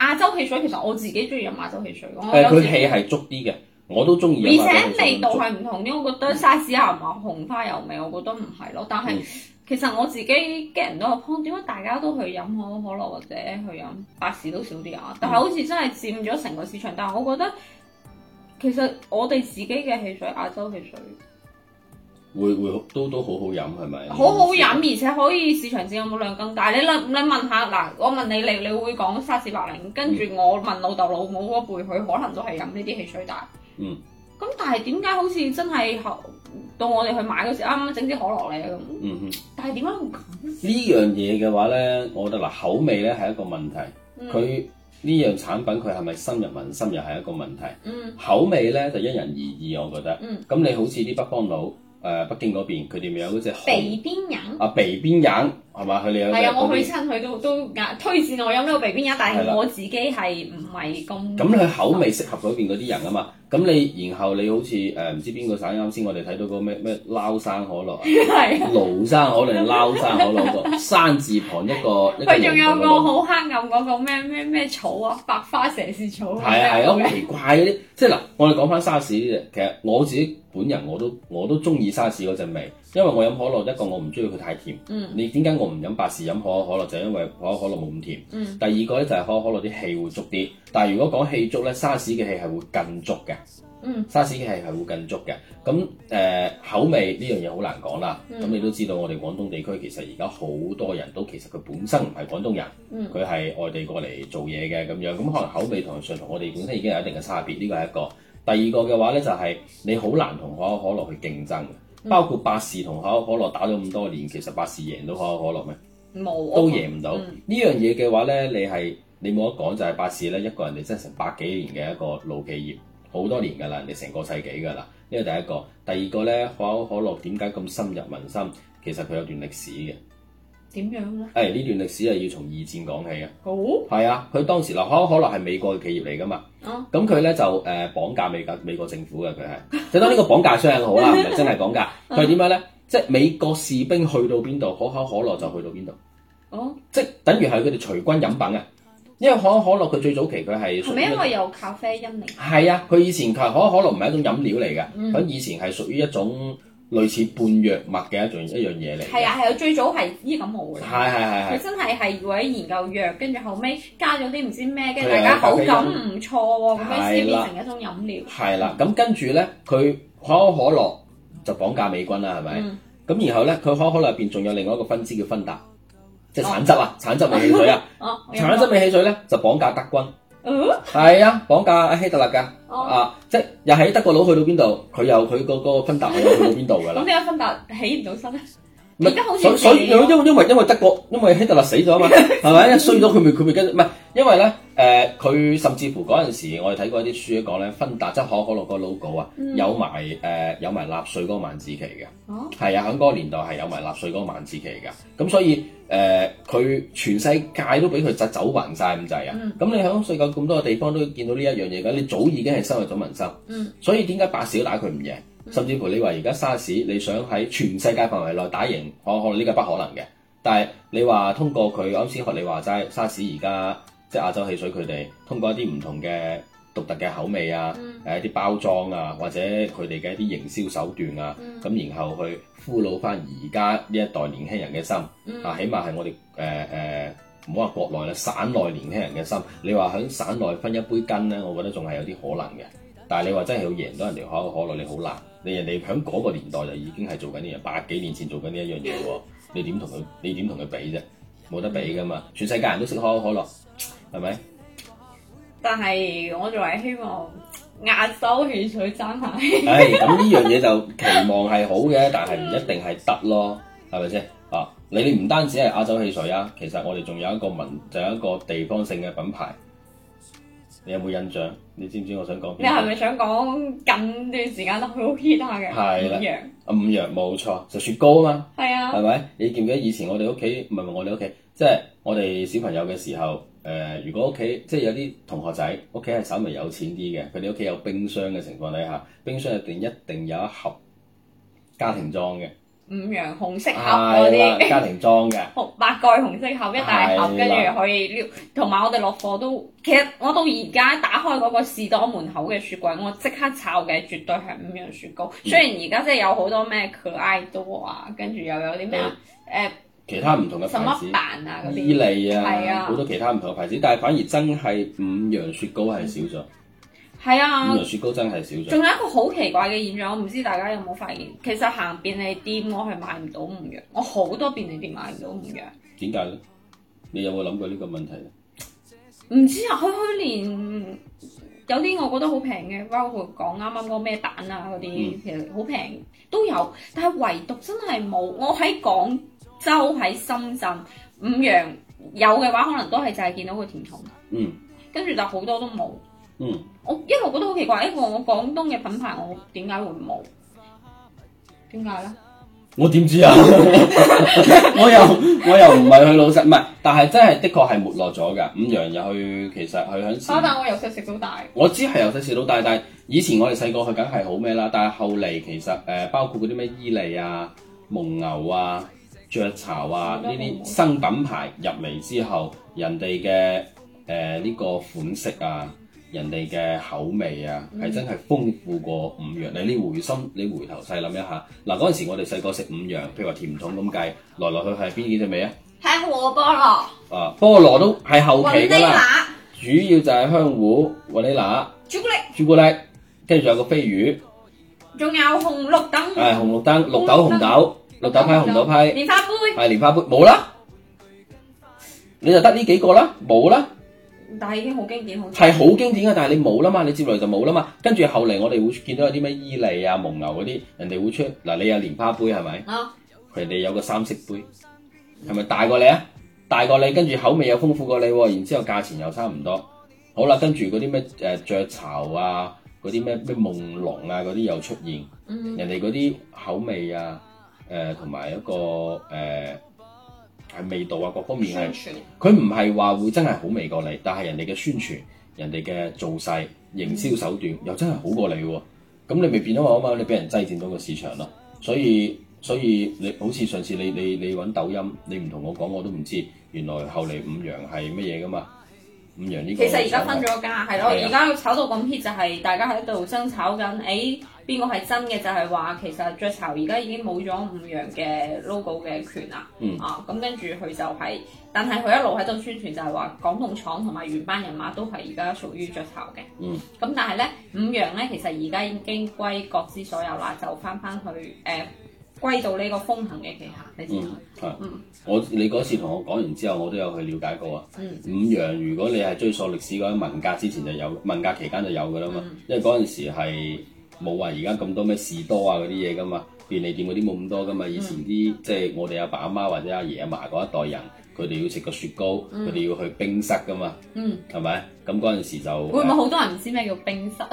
[SPEAKER 2] 亞洲汽水其實我自己中意飲亞洲汽水，我
[SPEAKER 1] 誒
[SPEAKER 2] 有
[SPEAKER 1] 佢
[SPEAKER 2] 時
[SPEAKER 1] 氣係足啲嘅，我都中意
[SPEAKER 2] 而
[SPEAKER 1] 飲啊亞
[SPEAKER 2] 且
[SPEAKER 1] 洲
[SPEAKER 2] 味
[SPEAKER 1] 汽水
[SPEAKER 2] 道
[SPEAKER 1] 足
[SPEAKER 2] 係唔同啲，我覺得沙士又唔係紅花油味，我覺得唔係咯。但係
[SPEAKER 1] 嗯
[SPEAKER 2] 其實我自己 get 唔到個 point，點解大家都去飲可口可樂或者去飲百事都少啲啊？但係
[SPEAKER 1] 嗯
[SPEAKER 2] 好似真係佔咗成個市場，但係我覺得其實我哋自己嘅汽水，亞洲汽水
[SPEAKER 1] 會會都都好好飲係咪？
[SPEAKER 2] 好好飲，而且可以市場佔有冇量更大。你諗你問下嗱，我問你你你會講沙士白零，跟住
[SPEAKER 1] 嗯
[SPEAKER 2] 我問老豆老母嗰輩，佢可能都係飲呢啲汽水大。
[SPEAKER 1] 嗯。
[SPEAKER 2] 咁但係點解好似真係後到我哋去買嗰時，啱啱整支可樂嚟啊咁？
[SPEAKER 1] 嗯哼。
[SPEAKER 2] 但係點解會咁？
[SPEAKER 1] 呢樣嘢嘅話咧，我覺得嗱口味咧係一個問題，
[SPEAKER 2] 嗯
[SPEAKER 1] 佢呢樣產品佢係咪深入民心又係一個問題。
[SPEAKER 2] 嗯
[SPEAKER 1] 口味咧就因人而異，我覺得。
[SPEAKER 2] 嗯
[SPEAKER 1] 咁你好似啲北方佬，誒、北京嗰邊佢哋咪有嗰只
[SPEAKER 2] 鼻邊飲
[SPEAKER 1] 啊鼻邊眼係嘛？佢哋有隻
[SPEAKER 2] 係啊，我
[SPEAKER 1] 嗰
[SPEAKER 2] 去
[SPEAKER 1] 啲。
[SPEAKER 2] 親佢都都推薦我飲呢個鼻邊飲，但
[SPEAKER 1] 係
[SPEAKER 2] 係
[SPEAKER 1] 啦
[SPEAKER 2] 我自己係唔係咁
[SPEAKER 1] 咁佢口味適合嗰邊嗰啲人啊嘛，咁你然後你好似誒唔知邊個省啱先，我哋睇到個咩咩撈生可樂 啊，
[SPEAKER 2] 係啊。
[SPEAKER 1] 廬山可樂、撈生可樂個山字旁 一個一個
[SPEAKER 2] 佢仲有
[SPEAKER 1] 龍
[SPEAKER 2] 個
[SPEAKER 1] 個龍
[SPEAKER 2] 好黑暗嗰個咩咩咩草啊，白花蛇舌草啊
[SPEAKER 1] 係啊係啊，
[SPEAKER 2] 咩
[SPEAKER 1] 好奇怪嗰啲，即係嗱，我哋講翻沙士呢只，其實我自己本人我都我都中意沙士嗰陣味，因為我飲可樂一個我唔中意佢太甜，
[SPEAKER 2] 嗯
[SPEAKER 1] 你點解我唔飲百事飲可口可樂就係因為可口可樂冇咁甜，
[SPEAKER 2] 嗯
[SPEAKER 1] 第二個咧就係可口可樂啲氣會足啲，但係如果講氣足咧，沙士嘅氣係會更足嘅，
[SPEAKER 2] 嗯，
[SPEAKER 1] 沙士嘅氣係會更足嘅，咁誒、呃口味呢樣嘢好難講啦，咁、
[SPEAKER 2] 嗯
[SPEAKER 1] 你都知道我哋廣東地區其實而家好多人都其實佢本身唔係廣東人。
[SPEAKER 2] 嗯
[SPEAKER 1] 佢係外地過嚟做嘢嘅咁樣，咁可能口味同上同我哋本身已經有一定嘅差別，呢個係一個。第二個嘅話呢，就係、你好難同可口可樂去競爭
[SPEAKER 2] 嗯
[SPEAKER 1] 嘅，包括百事同可口可樂打咗咁多年，其實百事贏到可口可樂咩？
[SPEAKER 2] 冇我
[SPEAKER 1] 都贏唔到。呢、樣嘢嘅話呢，你係你冇得講，就係百事呢一個人哋真係成百幾年嘅一個老企業，好多年㗎啦，人哋成個世紀㗎啦。呢個第一個，第二個呢，可口可樂點解咁深入民心？其實佢有段歷史嘅，誒、
[SPEAKER 2] 點樣咧？
[SPEAKER 1] 呢段歷史係要從二戰講起嘅。
[SPEAKER 2] 好
[SPEAKER 1] 係啊，佢當時嗱，可口可樂係美國嘅企業嚟噶嘛，
[SPEAKER 2] 啊
[SPEAKER 1] 咁佢咧就誒、呃、綁架美國美國政府嘅佢係，就當呢個綁架商好啦，唔係真係綁架，佢係點樣咧？即係美國士兵去到邊度，可口可樂就去到邊度，
[SPEAKER 2] 哦，
[SPEAKER 1] 即係等於係佢哋隨軍飲品啊！因為可口可樂佢最早期佢係屬
[SPEAKER 2] 係
[SPEAKER 1] 於
[SPEAKER 2] 咪因
[SPEAKER 1] 一個
[SPEAKER 2] 為有咖啡因嚟？
[SPEAKER 1] 係啊，佢以前佢可口可樂唔係一種飲料嚟
[SPEAKER 2] 嗯
[SPEAKER 1] 嘅，咁、以前係屬於一種類似半藥物嘅一種一樣嘢嚟嘅，
[SPEAKER 2] 係啊係啊，最早係醫感冒嘅。
[SPEAKER 1] 係係係係
[SPEAKER 2] 佢。真係係為研究藥，跟住後尾加咗啲唔知咩，跟
[SPEAKER 1] 佢
[SPEAKER 2] 住大
[SPEAKER 1] 係
[SPEAKER 2] 家
[SPEAKER 1] 咖
[SPEAKER 2] 口
[SPEAKER 1] 啡因
[SPEAKER 2] 感唔錯喎，咁樣先
[SPEAKER 1] 係
[SPEAKER 2] 變
[SPEAKER 1] 啦
[SPEAKER 2] 成一種飲料。
[SPEAKER 1] 係啦，咁跟住咧，佢可口可樂就綁架美軍啦，係咪？
[SPEAKER 2] 嗯
[SPEAKER 1] 咁、然後咧，佢可口可樂入邊仲有另外一個分支叫芬達，即係橙汁啊，橙汁味汽水啊，
[SPEAKER 2] 哦， 我有
[SPEAKER 1] 橙汁
[SPEAKER 2] 諗
[SPEAKER 1] 味汽水咧就綁架德軍，
[SPEAKER 2] 嗯
[SPEAKER 1] 係啊，綁架阿希特勒㗎，
[SPEAKER 2] 哦
[SPEAKER 1] 啊，即係又喺德國佬去到邊度，佢有佢嗰個芬達佢有去到邊度㗎
[SPEAKER 2] 咁
[SPEAKER 1] 啦。
[SPEAKER 2] 點解芬達起唔到身咧？
[SPEAKER 1] 唔
[SPEAKER 2] 而家好
[SPEAKER 1] 係，
[SPEAKER 2] 似
[SPEAKER 1] 所所以
[SPEAKER 2] 死咗
[SPEAKER 1] 因因為因為德國因為希特勒死咗啊嘛，係咪？衰咗佢咪佢咪跟唔 係，因為咧誒佢甚至乎嗰陣時我哋睇過一啲書講咧，芬達即係可口可樂個 logo 啊，有埋誒有埋納粹嗰個萬字旗嘅，
[SPEAKER 2] 嗯哦
[SPEAKER 1] 係啊，喺嗰個年代係有埋納粹嗰個萬字旗嘅，咁所以誒佢全世界都俾佢窒走暈晒咁滯啊！咁你喺世界咁多嘅地方都見到呢一樣嘢㗎，你早已經係深入咗民心。
[SPEAKER 2] 嗯
[SPEAKER 1] 所以點解百事都打佢唔贏？甚至乎你話而家沙士，你想喺全世界範圍內打贏可可能呢個不可能嘅。但係你話通過佢啱先學你話齋，沙士而家即係亞洲汽水，佢哋通過一啲唔同嘅獨特嘅口味啊，誒、
[SPEAKER 2] 嗯
[SPEAKER 1] 一啲包裝啊，或者佢哋嘅一啲營銷手段啊，
[SPEAKER 2] 嗯
[SPEAKER 1] 咁、然後去俘虜翻而家呢一代年輕人嘅心，
[SPEAKER 2] 嗯
[SPEAKER 1] 啊，起碼係我哋誒誒。呃唔好話國內啦，省內年輕人嘅心，你話喺省內分一杯羹咧，我覺得仲係有啲可能嘅。但係你話真係要贏到人哋可口可樂，你好難。你人哋喺嗰個年代就已經係做緊呢樣，百幾年前做緊呢一樣嘢喎。你點同佢？你點同佢比啫？冇得比噶嘛！全世界人都識可口可樂，係咪？
[SPEAKER 2] 但係我仲係希望亞洲汽水爭下。
[SPEAKER 1] 唉，咁呢樣嘢就期望係好嘅，但係唔一定係得咯，係咪先？啊，你哋唔單止係亞洲汽水啊，其實我哋仲有一個民，就有一個地方性嘅品牌。你有冇印象？你知唔知我想講邊個？
[SPEAKER 2] 你係咪想講近段時間都好 hit 下嘅
[SPEAKER 1] 係啦
[SPEAKER 2] 五羊？
[SPEAKER 1] 五羊冇錯，就雪糕啊嘛。
[SPEAKER 2] 係啊，
[SPEAKER 1] 係咪？你記唔記得以前我哋屋企，唔係唔係我哋屋企，即係我哋小朋友嘅時候，誒、如果屋企即係有啲同學仔屋企係稍微有錢啲嘅，佢哋屋企有冰箱嘅情況底下，冰箱入邊一定有一盒家庭裝嘅，
[SPEAKER 2] 五羊紅色盒嗰
[SPEAKER 1] 係啊啦，
[SPEAKER 2] 啲，
[SPEAKER 1] 家庭裝嘅，
[SPEAKER 2] 紅八蓋紅色盒一大盒，
[SPEAKER 1] 係
[SPEAKER 2] 跟
[SPEAKER 1] 啦
[SPEAKER 2] 住可以撩。同埋我哋落貨都，其實我到而家打開嗰個士多門口嘅雪櫃，我即刻抄嘅絕對係五羊雪糕。
[SPEAKER 1] 嗯
[SPEAKER 2] 雖然而家即係有好多咩可愛多啊，跟住又有啲咩啊
[SPEAKER 1] 嗯
[SPEAKER 2] 誒
[SPEAKER 1] 其他唔同嘅
[SPEAKER 2] 什
[SPEAKER 1] 牌
[SPEAKER 2] 麼
[SPEAKER 1] 子。
[SPEAKER 2] 蛋啊嗰
[SPEAKER 1] 伊
[SPEAKER 2] 啲，
[SPEAKER 1] 利
[SPEAKER 2] 係
[SPEAKER 1] 啊，
[SPEAKER 2] 啊
[SPEAKER 1] 好多其他唔同嘅牌子，但係反而真係五羊雪糕係少咗，
[SPEAKER 2] 係啊
[SPEAKER 1] 五。羊雪糕真係少咗。
[SPEAKER 2] 仲有一個好奇怪嘅現象，我唔知大家有冇發現，其實行便利店我係買唔到五羊，我好多便利店買唔到五羊。
[SPEAKER 1] 點解咧？你有冇諗過呢個問題咧？
[SPEAKER 2] 唔知啊，佢佢連有啲我覺得好平嘅，包括講啱啱嗰咩蛋啊嗰
[SPEAKER 1] 嗯
[SPEAKER 2] 啲，其實好平都有，但係唯獨真係冇。我喺廣州喺深圳五羊有嘅話，可能都係就係見到個甜筒，
[SPEAKER 1] 嗯
[SPEAKER 2] 跟住但好多都冇。
[SPEAKER 1] 嗯，
[SPEAKER 2] 我一路覺得好奇怪，一個我廣東嘅品牌，我點解會冇？點解咧？
[SPEAKER 1] 嗯我點 知啊？ 我又我又唔係去老實，唔係，但係真係的確係沒落咗㗎。五羊又去，其實佢響
[SPEAKER 2] 啊！
[SPEAKER 1] 前
[SPEAKER 2] 但我由細食到大，
[SPEAKER 1] 我知係由細食到大，但係以前我哋細個去梗係好咩啦，但係後嚟其實誒、呃包括嗰啲咩伊利啊、蒙牛啊、雀巢啊呢啲新品牌入嚟之後，人哋嘅誒呢個款式啊，人哋嘅口味啊，
[SPEAKER 2] 嗯
[SPEAKER 1] 係真係豐富過五羊。你呢回心，你回頭細諗一下，嗱嗰陣時我哋細個食五羊，譬如話甜筒咁計，來來去去係邊幾隻味啊？
[SPEAKER 2] 係我菠蘿、
[SPEAKER 1] 啊，菠蘿都係後期
[SPEAKER 2] 雲
[SPEAKER 1] 㗎
[SPEAKER 2] 呢
[SPEAKER 1] 啦，
[SPEAKER 2] 拿、
[SPEAKER 1] 主要就係香芋、雲呢拿。
[SPEAKER 2] 朱古力，
[SPEAKER 1] 朱古力，跟住仲有個飛魚，
[SPEAKER 2] 仲有紅綠燈。
[SPEAKER 1] 誒紅綠燈、綠豆、嗯紅豆、綠豆批、紅豆批，
[SPEAKER 2] 蓮花杯，
[SPEAKER 1] 係蓮花杯冇啦，你就得呢幾個啦，冇啦，
[SPEAKER 2] 但係已經好經典，好
[SPEAKER 1] 係好經典嘅，但係你冇啦嘛，你接落嚟就冇啦嘛，跟住後嚟我哋會見到有啲咩伊利啊、蒙牛嗰啲，人哋會出嗱，你有蓮花杯係咪？
[SPEAKER 2] 啊！
[SPEAKER 1] 佢哋有個三色杯，係咪大過你啊？大過你，跟住口味又豐富過你喎，然之後價錢又差唔多。好啦，跟住嗰啲咩誒雀巢啊，嗰啲咩咩夢龍啊嗰啲又出現，
[SPEAKER 2] 嗯
[SPEAKER 1] 人哋嗰啲口味啊，誒同埋一個誒係、味道啊各方面係
[SPEAKER 2] 宣。傳
[SPEAKER 1] 佢唔係話會真係好味過你，但係人哋嘅宣傳、人哋嘅造勢、營銷手段又真係好過你喎。咁你咪變咗話啊嘛，你俾人擠佔到個市場咯。所以所以你好似上次你你你揾抖音，你唔同我講我都唔知，原來後嚟五羊係乜嘢噶嘛？五羊呢個
[SPEAKER 2] 其實而家分咗家係咯，
[SPEAKER 1] 係啊
[SPEAKER 2] 而家炒到咁 hit 就係大家喺度爭吵緊，誒邊個係真嘅就係話其實雀巢而家已經冇咗五羊嘅 logo 嘅權啦，
[SPEAKER 1] 嗯
[SPEAKER 2] 啊咁跟住佢就係、但係佢一路喺度宣傳就係話廣東廠同埋原班人馬都係而家屬於雀巢嘅，
[SPEAKER 1] 嗯
[SPEAKER 2] 咁但係咧五羊咧其實而家已經歸各之所有啦，就翻翻去誒、呃、歸到呢個風行嘅旗下，你知唔知？
[SPEAKER 1] 嗯係
[SPEAKER 2] 嗯
[SPEAKER 1] 我你嗰次同我講完之後，我都有去了解過啊。
[SPEAKER 2] 嗯
[SPEAKER 1] 五羊如果你係追溯歷史嗰陣，文革之前就有，文革期間就有㗎啦嘛。
[SPEAKER 2] 嗯
[SPEAKER 1] 因為嗰陣時係冇話而家咁多咩士多啊嗰啲嘢㗎嘛，便利店嗰啲冇咁多㗎
[SPEAKER 2] 嗯
[SPEAKER 1] 嘛。以前啲、即係我哋阿爸阿媽或者阿爺阿嫲嗰一代人，佢哋要食個雪糕，佢哋、要去冰室㗎嘛，
[SPEAKER 2] 嗯
[SPEAKER 1] 係咪？咁嗰陣時就
[SPEAKER 2] 會唔會好多人唔知咩叫冰室？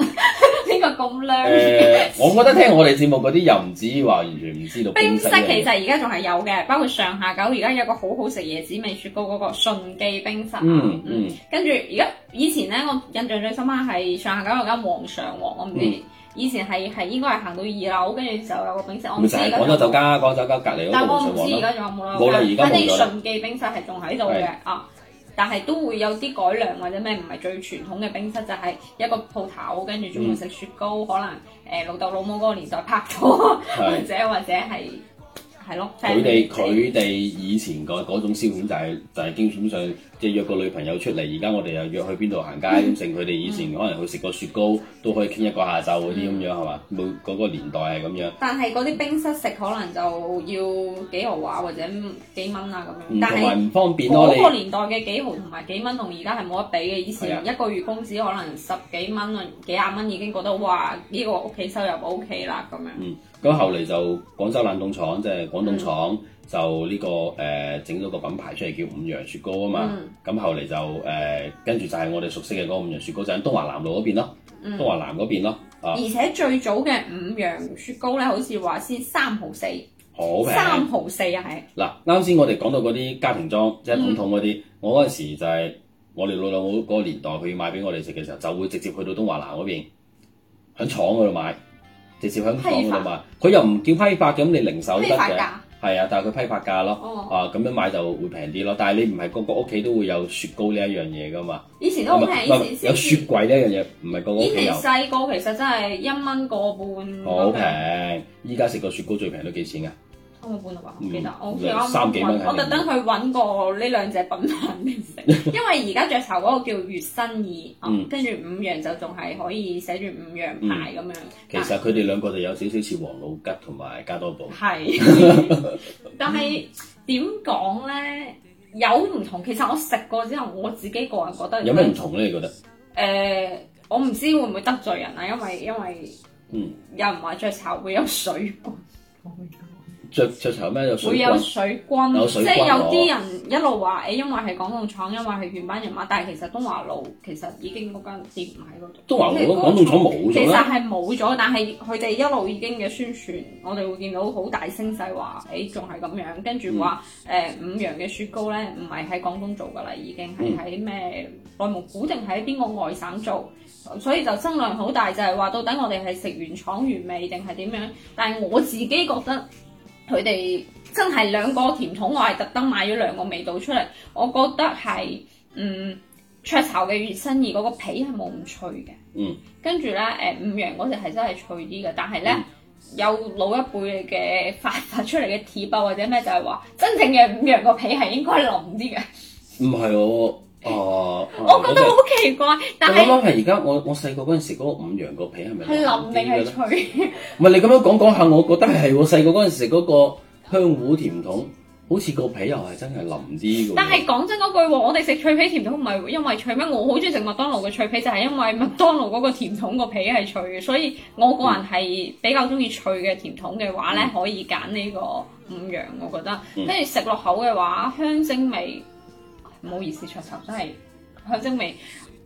[SPEAKER 2] 呢個咁
[SPEAKER 1] 誒、
[SPEAKER 2] 靚。
[SPEAKER 1] 我覺得聽我哋節目嗰啲又唔止話完全唔知道
[SPEAKER 2] 冰室
[SPEAKER 1] 室呢樣嘢
[SPEAKER 2] 其實而家仲係有嘅，包括上下九而家有個好好食椰子味雪糕嗰個順記冰室啊。
[SPEAKER 1] 嗯嗯
[SPEAKER 2] 跟住而家以前咧，我印象最深刻係上下九有間皇上喎，我唔知。
[SPEAKER 1] 嗯
[SPEAKER 2] 以前係係應該係行到二樓，跟住就有個冰室。我唔
[SPEAKER 1] 咪
[SPEAKER 2] 知
[SPEAKER 1] 就
[SPEAKER 2] 而
[SPEAKER 1] 係
[SPEAKER 2] 家
[SPEAKER 1] 廣
[SPEAKER 2] 仲
[SPEAKER 1] 州
[SPEAKER 2] 有
[SPEAKER 1] 酒
[SPEAKER 2] 冇，
[SPEAKER 1] 家、廣州酒家隔離嗰
[SPEAKER 2] 但
[SPEAKER 1] 個
[SPEAKER 2] 我
[SPEAKER 1] 皇上
[SPEAKER 2] 唔知而
[SPEAKER 1] 皇啦。
[SPEAKER 2] 家仲有冇啦。
[SPEAKER 1] 冇啦而家冇咗啦
[SPEAKER 2] 反正順記冰室係仲喺度嘅啊。但係都會有啲改良或者咩唔係最傳統嘅冰室，就係、一個鋪頭，跟住專門食雪糕，可能誒、呃老豆老母嗰個年代拍拖。或
[SPEAKER 1] 係
[SPEAKER 2] 者或者係係咯，
[SPEAKER 1] 佢哋佢哋以前嗰嗰種消遣就係、就係、基本上即係約個女朋友出嚟，而家我哋又約去邊度行街
[SPEAKER 2] 嗯
[SPEAKER 1] 咁剩。佢哋以前可能去食個雪糕都可以傾一個下晝嗰啲咁樣
[SPEAKER 2] 嗯
[SPEAKER 1] 係嘛？冇嗰、個年代係咁樣。
[SPEAKER 2] 但係嗰啲冰室食可能就要幾毫話或者幾蚊啊咁
[SPEAKER 1] 嗯
[SPEAKER 2] 樣，但
[SPEAKER 1] 同埋
[SPEAKER 2] 係。
[SPEAKER 1] 唔方便咯，
[SPEAKER 2] 嗰個
[SPEAKER 1] 你
[SPEAKER 2] 年代嘅幾毫同埋幾蚊同而家係冇得比嘅，以
[SPEAKER 1] 係啊
[SPEAKER 2] 前一個月工資可能十幾蚊啊，幾廿蚊已經覺得哇呢、個屋企收入 O K 啦咁樣。
[SPEAKER 1] 嗯咁後嚟就廣州冷凍廠即係廣東
[SPEAKER 2] 嗯
[SPEAKER 1] 廠就呢、個誒整咗個品牌出嚟叫五羊雪糕啊嘛。
[SPEAKER 2] 嗯
[SPEAKER 1] 咁、後嚟就誒跟住就係我哋熟悉嘅嗰個五羊雪糕，就喺東華南路嗰邊咯，
[SPEAKER 2] 嗯
[SPEAKER 1] 東華南嗰邊咯，啊
[SPEAKER 2] 而且最早嘅五羊雪糕咧，好似話先三毫四，
[SPEAKER 1] 好平。
[SPEAKER 2] 三毫四啊係，
[SPEAKER 1] 嗱，啱先我哋講到嗰啲家庭裝，
[SPEAKER 2] 嗯
[SPEAKER 1] 即係桶桶嗰啲，我嗰陣時就係、我哋老老母嗰個年代，佢要買俾我哋食嘅時候，就會直接去到東華南嗰邊，喺廠嗰度買，直接喺香港㗎啦嘛。佢又唔叫批發咁，你零售都
[SPEAKER 2] 批
[SPEAKER 1] 得
[SPEAKER 2] 發
[SPEAKER 1] 嘅。
[SPEAKER 2] 價，
[SPEAKER 1] 係啊，但係佢批發價咯。
[SPEAKER 2] 哦，
[SPEAKER 1] 啊，咁樣買就會平啲咯。但係你唔係個個屋企都會有雪糕呢一樣嘢噶嘛？
[SPEAKER 2] 以前都好
[SPEAKER 1] 唔
[SPEAKER 2] 平，
[SPEAKER 1] 係
[SPEAKER 2] 以
[SPEAKER 1] 唔係
[SPEAKER 2] 前先
[SPEAKER 1] 有雪
[SPEAKER 2] 至
[SPEAKER 1] 櫃呢一樣嘢，唔係個個屋
[SPEAKER 2] 以
[SPEAKER 1] 企
[SPEAKER 2] 前
[SPEAKER 1] 有，
[SPEAKER 2] 細個其實真係一蚊個半咁
[SPEAKER 1] 好
[SPEAKER 2] 樣，
[SPEAKER 1] 平。依家食個雪糕最平都幾錢啊？
[SPEAKER 2] 三個半啊嘛，我記得
[SPEAKER 1] 嗯
[SPEAKER 2] 我屋企啱啱
[SPEAKER 1] 三幾蚊
[SPEAKER 2] 搵我特登去揾過呢兩隻品牌嚟 食，因為而家雀巢嗰個叫月新意，啊
[SPEAKER 1] 嗯
[SPEAKER 2] 跟住五羊就仲係可以寫住五羊牌咁樣，
[SPEAKER 1] 嗯其實佢哋兩個就有少少似王老吉同埋加多寶。
[SPEAKER 2] 係， 但係點講咧？有唔同，其實我食過之後，我自己個人覺得
[SPEAKER 1] 有咩唔同咧？你 覺得？
[SPEAKER 2] 誒、我唔知會唔會得罪人啊，因為因為
[SPEAKER 1] 嗯，
[SPEAKER 2] 有人話雀巢會有水軍，
[SPEAKER 1] 雀雀巢咩有
[SPEAKER 2] 會
[SPEAKER 1] 水
[SPEAKER 2] 有
[SPEAKER 1] 軍？
[SPEAKER 2] 水軍，
[SPEAKER 1] 有水軍
[SPEAKER 2] 即係有啲人一路話誒，因為係港共廠，因為係原班人馬，但係其實東華路其實已經嗰間店唔喺嗰度，
[SPEAKER 1] 都話
[SPEAKER 2] 即係嗰
[SPEAKER 1] 我
[SPEAKER 2] 個
[SPEAKER 1] 廣東廠
[SPEAKER 2] 廠
[SPEAKER 1] 冇
[SPEAKER 2] 其
[SPEAKER 1] 咗
[SPEAKER 2] 實
[SPEAKER 1] 啦。
[SPEAKER 2] 係冇咗，但係佢哋一路已經嘅宣傳，我哋會見到好大聲勢話，誒仲係咁樣，跟住話
[SPEAKER 1] 嗯
[SPEAKER 2] 誒五羊嘅雪糕咧，唔係喺廣東做㗎啦，已經係
[SPEAKER 1] 嗯
[SPEAKER 2] 喺咩內蒙古定喺邊個外省做，所以就爭量好大，就係話到底我哋係食原廠原味定係點樣？但係我自己覺得佢哋真係兩個甜筒，我係特登買咗兩個味道出嚟，我覺得係嗯雀巢嘅月新意嗰個皮係冇咁脆嘅。跟住咧，誒五羊嗰隻係真係脆啲嘅，但係咧、
[SPEAKER 1] 嗯
[SPEAKER 2] 有老一輩嘅發發出嚟嘅貼啊，或者咩就係話真正嘅五羊個皮係應該腍啲嘅，
[SPEAKER 1] 唔係我啊，
[SPEAKER 2] 我覺得
[SPEAKER 1] 啊
[SPEAKER 2] 好奇怪，但
[SPEAKER 1] 我諗
[SPEAKER 2] 係
[SPEAKER 1] 諗係而家我我細個嗰陣時嗰個五羊個皮係咪
[SPEAKER 2] 係
[SPEAKER 1] 腍
[SPEAKER 2] 腍
[SPEAKER 1] 啲
[SPEAKER 2] 定
[SPEAKER 1] 嘅
[SPEAKER 2] 係
[SPEAKER 1] 咧？
[SPEAKER 2] 脆？
[SPEAKER 1] 唔係你咁樣講講下，我覺得係我細個嗰陣時嗰個香芋甜筒，好似個皮又係真係腍啲嘅喎。
[SPEAKER 2] 但係講真嗰句喎，我哋食脆皮甜筒唔係因為脆咩？我好中意食麥當勞嘅脆皮，就係因為麥當勞嗰個甜筒個皮係脆嘅，所以我個人係比較中意脆嘅甜筒嘅話咧，可以揀呢個五羊，我覺得。
[SPEAKER 1] 嗯
[SPEAKER 2] 跟住食落口嘅話，香精味，唔好意思，桌頭真係香精味，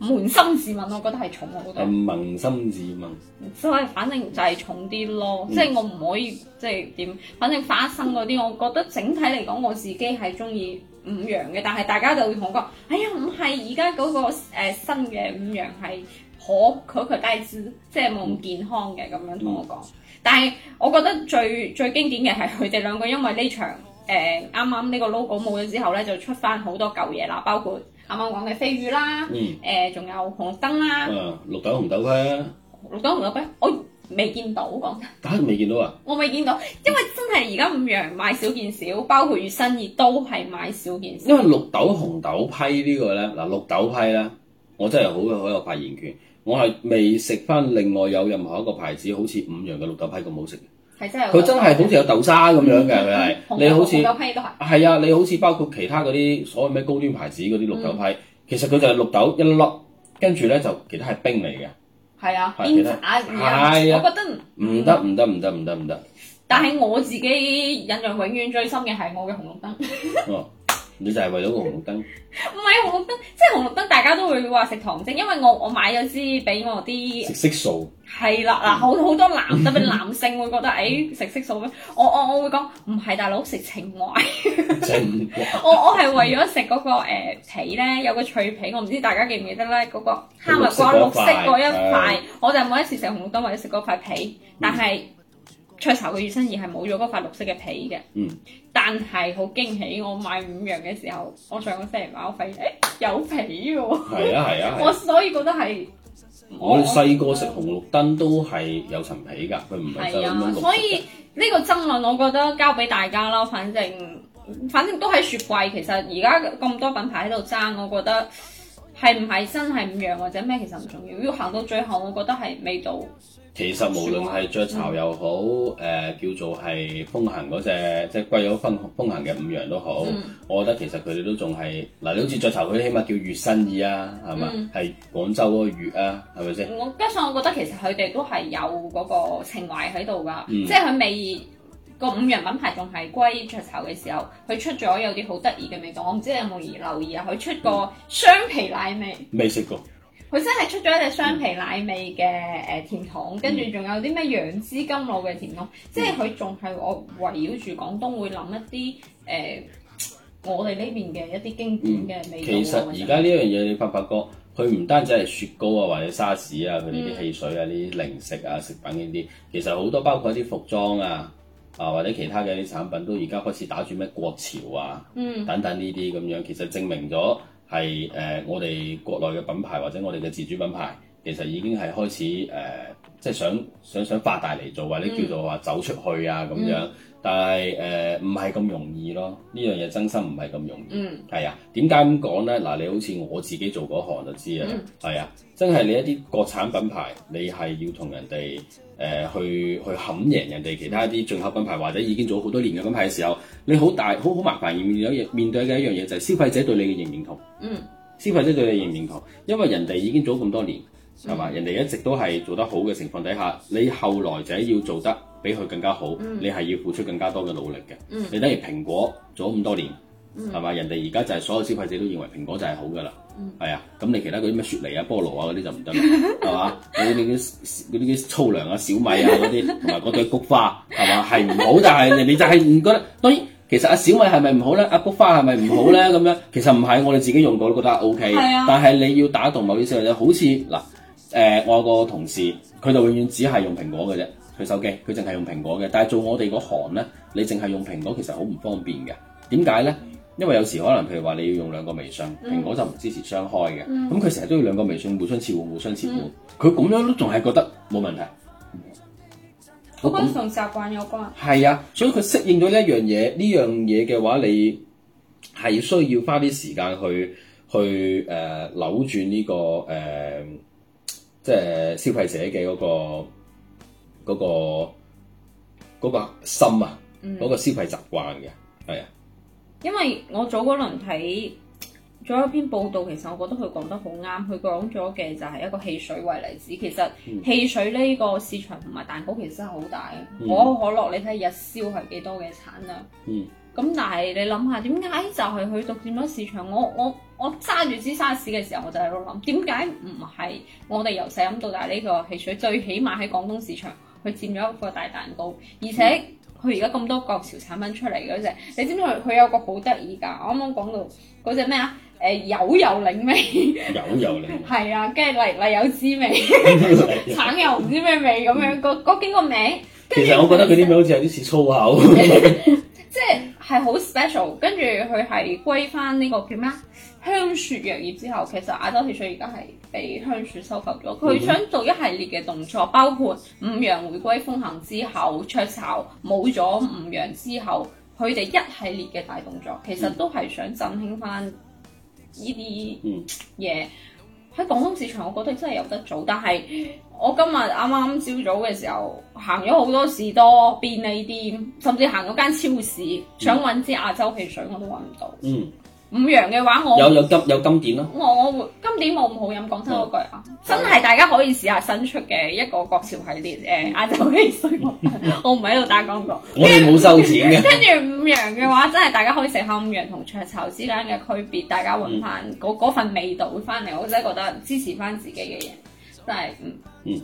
[SPEAKER 2] 捫心自問，我覺得係重好多
[SPEAKER 1] 係。萌啊心自問，
[SPEAKER 2] 啊所以反正就係重啲咯，即係我唔可以即係點，反正花生嗰啲，我覺得整體嚟講我自己係中意五羊嘅，但係大家就會同我講，哎呀唔係而家嗰個、呃、新嘅五羊係可可可低脂，即係冇咁健康嘅咁樣同我講。但係我覺得最最經典嘅係佢哋兩個，因為呢場誒啱啱呢個 logo 冇咗之後咧，就出翻好多舊嘢啦，包括啱啱講嘅飛魚啦，
[SPEAKER 1] 嗯，
[SPEAKER 2] 誒仲有紅綠燈啦。
[SPEAKER 1] 啊綠豆紅豆啊啦，
[SPEAKER 2] 綠豆唔綠咩？我未見到講真，
[SPEAKER 1] 打都未見到啊，
[SPEAKER 2] 我未見到，因為真係而家五羊買少見少，包括月新意都係買少見少。
[SPEAKER 1] 因為綠豆紅豆批呢個咧，嗱綠豆批咧，我真係好好有發言權，我係未食翻另外有任何一個牌子好似五羊嘅綠豆批咁好食，
[SPEAKER 2] 係啊嗯真係
[SPEAKER 1] 佢真係好似有豆沙咁樣嘅，佢係
[SPEAKER 2] 紅
[SPEAKER 1] 你好似
[SPEAKER 2] 紅。豆批都係
[SPEAKER 1] 係啊，你好似包括其他嗰啲所謂咩高端牌子嗰啲綠豆
[SPEAKER 2] 嗯
[SPEAKER 1] 批，其實佢就係綠豆一粒，跟住咧就其他係冰嚟嘅，
[SPEAKER 2] 係啊，
[SPEAKER 1] 係
[SPEAKER 2] 煙
[SPEAKER 1] 其
[SPEAKER 2] 渣
[SPEAKER 1] 他
[SPEAKER 2] 而
[SPEAKER 1] 係
[SPEAKER 2] 家，
[SPEAKER 1] 啊
[SPEAKER 2] 我覺得，
[SPEAKER 1] 唔得
[SPEAKER 2] 嗯
[SPEAKER 1] 唔得唔得唔得唔得，
[SPEAKER 2] 但係我自己印象永遠最深嘅係我嘅紅綠燈，唔
[SPEAKER 1] 哦，你就係為咗個紅綠
[SPEAKER 2] 嗯
[SPEAKER 1] 燈，
[SPEAKER 2] 係紅綠燈，即係紅綠燈，大家都會話食糖精，因為我我買咗支俾我啲
[SPEAKER 1] 食色 素，
[SPEAKER 2] 係啦，嗱，好好多男特別男性會覺得，誒、食色素咩？我我我會講唔係大佬食情懷。
[SPEAKER 1] 正確
[SPEAKER 2] 我我係為咗食嗰個、呃、皮咧，有個脆皮，我唔知大家記唔記得咧嗰、個哈密瓜綠
[SPEAKER 1] 綠
[SPEAKER 2] 色
[SPEAKER 1] 色
[SPEAKER 2] 嗰
[SPEAKER 1] 嗰
[SPEAKER 2] 一
[SPEAKER 1] 一塊啊
[SPEAKER 2] 塊，我就每一次食紅綠燈或者食嗰塊皮，
[SPEAKER 1] 嗯
[SPEAKER 2] 但係雀巢嘅月生兒係冇咗嗰塊綠色嘅皮嘅。
[SPEAKER 1] 嗯。
[SPEAKER 2] 但係好驚喜，我買五樣嘅時候，我上個星期買，我發現誒、有皮喎，
[SPEAKER 1] 係啊係啊係
[SPEAKER 2] 我
[SPEAKER 1] 啊。
[SPEAKER 2] 所以覺得係
[SPEAKER 1] 我哋細個食紅綠燈都係有層皮㗎，佢唔係就
[SPEAKER 2] 係
[SPEAKER 1] 咁
[SPEAKER 2] 啊
[SPEAKER 1] 樣綠，色
[SPEAKER 2] 所以呢個爭論我覺得交俾大家啦，反正反正都喺雪櫃。其實而家咁多品牌喺度爭，我覺得係唔係真係五樣或者咩，其實唔重要。要行到最後，我覺得係味道
[SPEAKER 1] 其實無論係雀巢又好，誒、
[SPEAKER 2] 嗯
[SPEAKER 1] 叫做係風行嗰只，即係貴咗風風行嘅五羊都好，
[SPEAKER 2] 嗯
[SPEAKER 1] 我覺得其實佢哋都仲係嗱，你好似雀巢佢起碼叫月新意啊，係嘛
[SPEAKER 2] 嗯？
[SPEAKER 1] 係、廣州嗰個月啊，係咪先？
[SPEAKER 2] 我加上我覺得其實佢哋都係有嗰個情懷喺度㗎，
[SPEAKER 1] 嗯
[SPEAKER 2] 即係佢未個五羊品牌仲係歸雀巢嘅時候，佢出咗有啲好得意嘅味道。我唔知你有冇留意啊？佢出過雙皮奶味。
[SPEAKER 1] 未食過，
[SPEAKER 2] 佢真係出咗一隻雙皮奶味嘅誒甜筒，跟住仲有啲咩楊枝甘露嘅甜筒，即係佢仲係我圍繞住廣東會諗一啲誒、我哋呢邊嘅一啲經典嘅味
[SPEAKER 1] 嗯
[SPEAKER 2] 道。啊
[SPEAKER 1] 其實而家呢樣嘢你發唔發覺佢唔單止係雪糕啊，或者沙士啊，佢哋
[SPEAKER 2] 嗯
[SPEAKER 1] 啲汽水啊、呢啲零食啊、食品呢啲，其實好多包括一啲服裝啊，啊或者其他嘅一啲產品都而家開始打住咩國潮啊，
[SPEAKER 2] 嗯
[SPEAKER 1] 等等呢啲咁樣，其實證明咗係誒我哋國內嘅品牌或者我哋嘅自主品牌，其實已經係開始誒、呃即係想想想發大嚟做，或者叫做話走出去啊咁樣。但係誒唔係咁容易咯，呢樣嘢真心唔係咁容易。
[SPEAKER 2] 嗯，
[SPEAKER 1] 係啊，點解咁講咧？嗱，你好似我自己做嗰行就知啊，係、啊，真係你一啲國產品牌，你係要同人哋誒、呃去去冚贏人哋其他一啲進口品牌或者已經做咗好多年嘅品牌嘅時候，你好大好好麻煩要面對一樣面對嘅一樣嘢就係消費者對你嘅認唔認同。
[SPEAKER 2] 嗯，
[SPEAKER 1] 消費者對你認唔認同，因為人哋已經做咗咁多年。係嘛？人哋一直都係做得好嘅情況底下，你後來者要做得比佢更加好，
[SPEAKER 3] 嗯
[SPEAKER 1] 你係要付出更加多嘅努力嘅。你等於蘋果做咗咁多年，
[SPEAKER 3] 嗯
[SPEAKER 1] 係嘛、人哋而家就係所有消費者都認為蘋果就係好㗎啦。係啊，咁你其他嗰啲咩雪梨啊、菠蘿啊嗰啲就唔 得啦，係嘛？嗰啲嗰啲嗰啲粗糧啊、小米啊嗰啲，同埋嗰對菊花係嘛係唔好，但係人哋就係唔覺得。當然，其實阿小米係咪唔好咧？阿菊花係咪唔好咧？咁樣其實唔係，我哋自己用過都覺得 O K。
[SPEAKER 3] 係啊
[SPEAKER 1] 但係你要打動某啲消費者，好似嗱。誒、呃我有個同事，佢就永遠只係用蘋果嘅啫，佢手機佢淨係用蘋果嘅。但係做我哋嗰行咧，你淨係用蘋果其實好唔方便嘅。點解咧？因為有時可能譬如話你要用兩個微信，蘋果就唔支持雙開嘅，咁佢成日都要兩個微信互相切換、互相切換，佢咁、樣都仲係覺得冇問題。哦
[SPEAKER 3] 我覺得同習慣有關。
[SPEAKER 1] 係啊，所以佢適應咗呢一樣嘢，呢樣嘢嘅話，你係需要花啲時間去去誒、呃扭轉呢、個誒、呃即係消費者嘅嗰、個嗰、個嗰、個心啊，嗰、
[SPEAKER 2] 嗯
[SPEAKER 1] 個消費習慣嘅，係啊，
[SPEAKER 2] 因為我早嗰輪睇咗一篇報道，其實我覺得佢講得好啱。佢講咗嘅就係一個汽水為例子，其實汽水呢個市場同埋蛋糕其實真係好大嘅。可口可樂你睇日銷係幾多嘅產量？
[SPEAKER 1] 嗯。
[SPEAKER 2] 咁但係你諗下，點解就係佢獨佔咗市場？我我我揸住支沙士嘅時候，我就喺度諗，點解唔係我哋由細飲到大呢個汽水？最起碼喺廣東市場，佢佔咗一個大蛋糕，而且佢而家咁多國潮產品出嚟嗰只，你知唔知佢佢有個好得意㗎？我啱啱講到嗰只咩啊？誒、有油檸味，
[SPEAKER 1] 有有你
[SPEAKER 2] 係啊，跟住嚟嚟有滋味，橙又唔知咩味咁樣，嗰嗰幾個名。
[SPEAKER 1] 其實我覺得佢啲名好似有啲似粗口，
[SPEAKER 2] 即係好 special，跟住佢係歸翻呢個叫咩啊？香雪藥業之後，其實亞洲汽水而家係被香雪收購咗。佢想做一系列嘅動作，包括五羊回歸風行之後，雀巢冇咗五羊之後，佢哋一系列嘅大動作，其實都係想振興翻呢啲
[SPEAKER 1] 嗯
[SPEAKER 2] 嘢。喺廣東市場，我覺得真係有得做，但係我今日啱啱朝早嘅時候行咗好多士多、便利店，甚至行咗間超市，想揾支亞洲汽水我都揾唔到。
[SPEAKER 1] 嗯，
[SPEAKER 2] 五羊嘅話我，
[SPEAKER 1] 有有金有金典咯，
[SPEAKER 2] 我我會今年冇咁好飲，講真嗰句啊，
[SPEAKER 1] 嗯
[SPEAKER 2] 真係大家可以試下新出嘅一個國潮系列
[SPEAKER 1] 嗯
[SPEAKER 2] 誒、亞洲汽水，我我唔喺度打廣告。
[SPEAKER 1] 我哋冇收錢嘅。
[SPEAKER 2] 跟住五羊嘅話，真係大家可以食下五羊同雀巢之間嘅區別，大家揾翻
[SPEAKER 1] 嗯
[SPEAKER 2] 嗰嗰份味道翻嚟，我真係覺得支持翻自己嘅嘢，真係嗯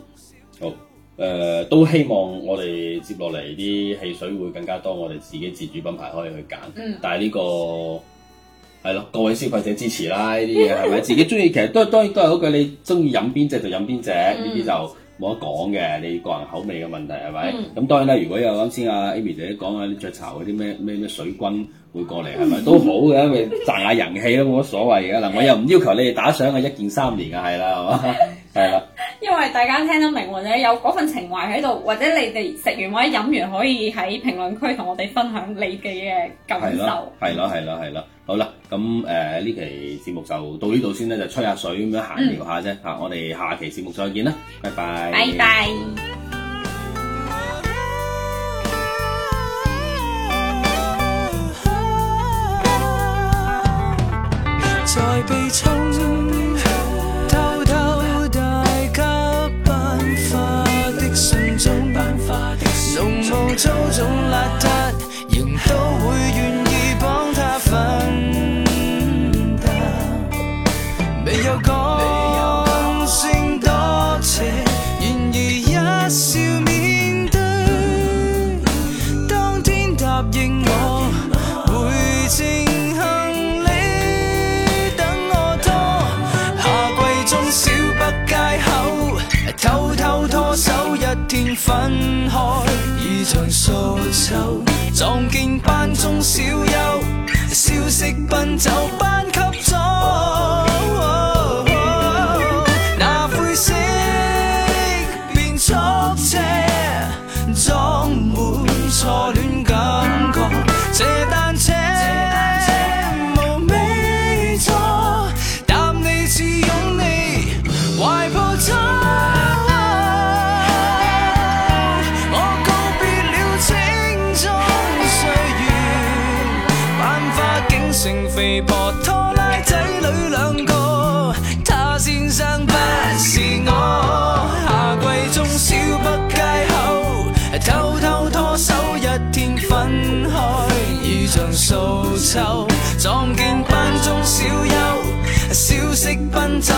[SPEAKER 1] 好，誒、呃都希望我哋接落嚟啲汽水會更加多，我哋自己自主品牌可以去揀。
[SPEAKER 2] 嗯
[SPEAKER 1] 但係呢、個係咯，各位消費者支持啦，呢啲嘢係咪？自己中意其實都當然都係嗰句，你中意飲邊只就飲邊只，呢啲、就。冇得講嘅，你個人口味嘅問題係咪？咁、當然啦，如果有啱先阿 Amy 姐講啊，啲雀巢嗰啲咩咩咩水軍會過嚟係咪都好嘅，因為賺下人氣都冇乜所謂嘅。嗱，我又唔要求你哋打賞啊，一件三連啊，係啦，係嘛？係啦。
[SPEAKER 2] 因為大家聽得明或者有嗰份情懷喺度，或者你哋食完或者飲完，可以喺評論區同我哋分享你嘅嘅感
[SPEAKER 1] 係
[SPEAKER 2] 受
[SPEAKER 1] 咯。，係咯，係咯，係咯。好啦，咁誒呢期節目就到呢度先咧，就吹下水咁樣閒聊下啫嚇。我哋下期節目再見啦，拜拜。
[SPEAKER 2] 嗯拜拜。
[SPEAKER 4] 在被沖，偷偷帶給班花的信中，濃霧粗種邋遢，仍都會願意幫他分擔。未有講聲多謝，然而一笑面對。當天答應我會靜行李，等我多偷偷拖手，一天分開，已像素手，撞見班中小休，消息奔走班級組。那灰色變速車，裝滿錯亂感覺。這單車無尾座，搭你似擁你懷抱中。我告別了青蔥歲月，班花竟成肥婆拖拉仔女兩個，他先生不是我。夏季中小北街口，偷偷拖手一天分開，已像素秋，撞見班中小休，消息奔走。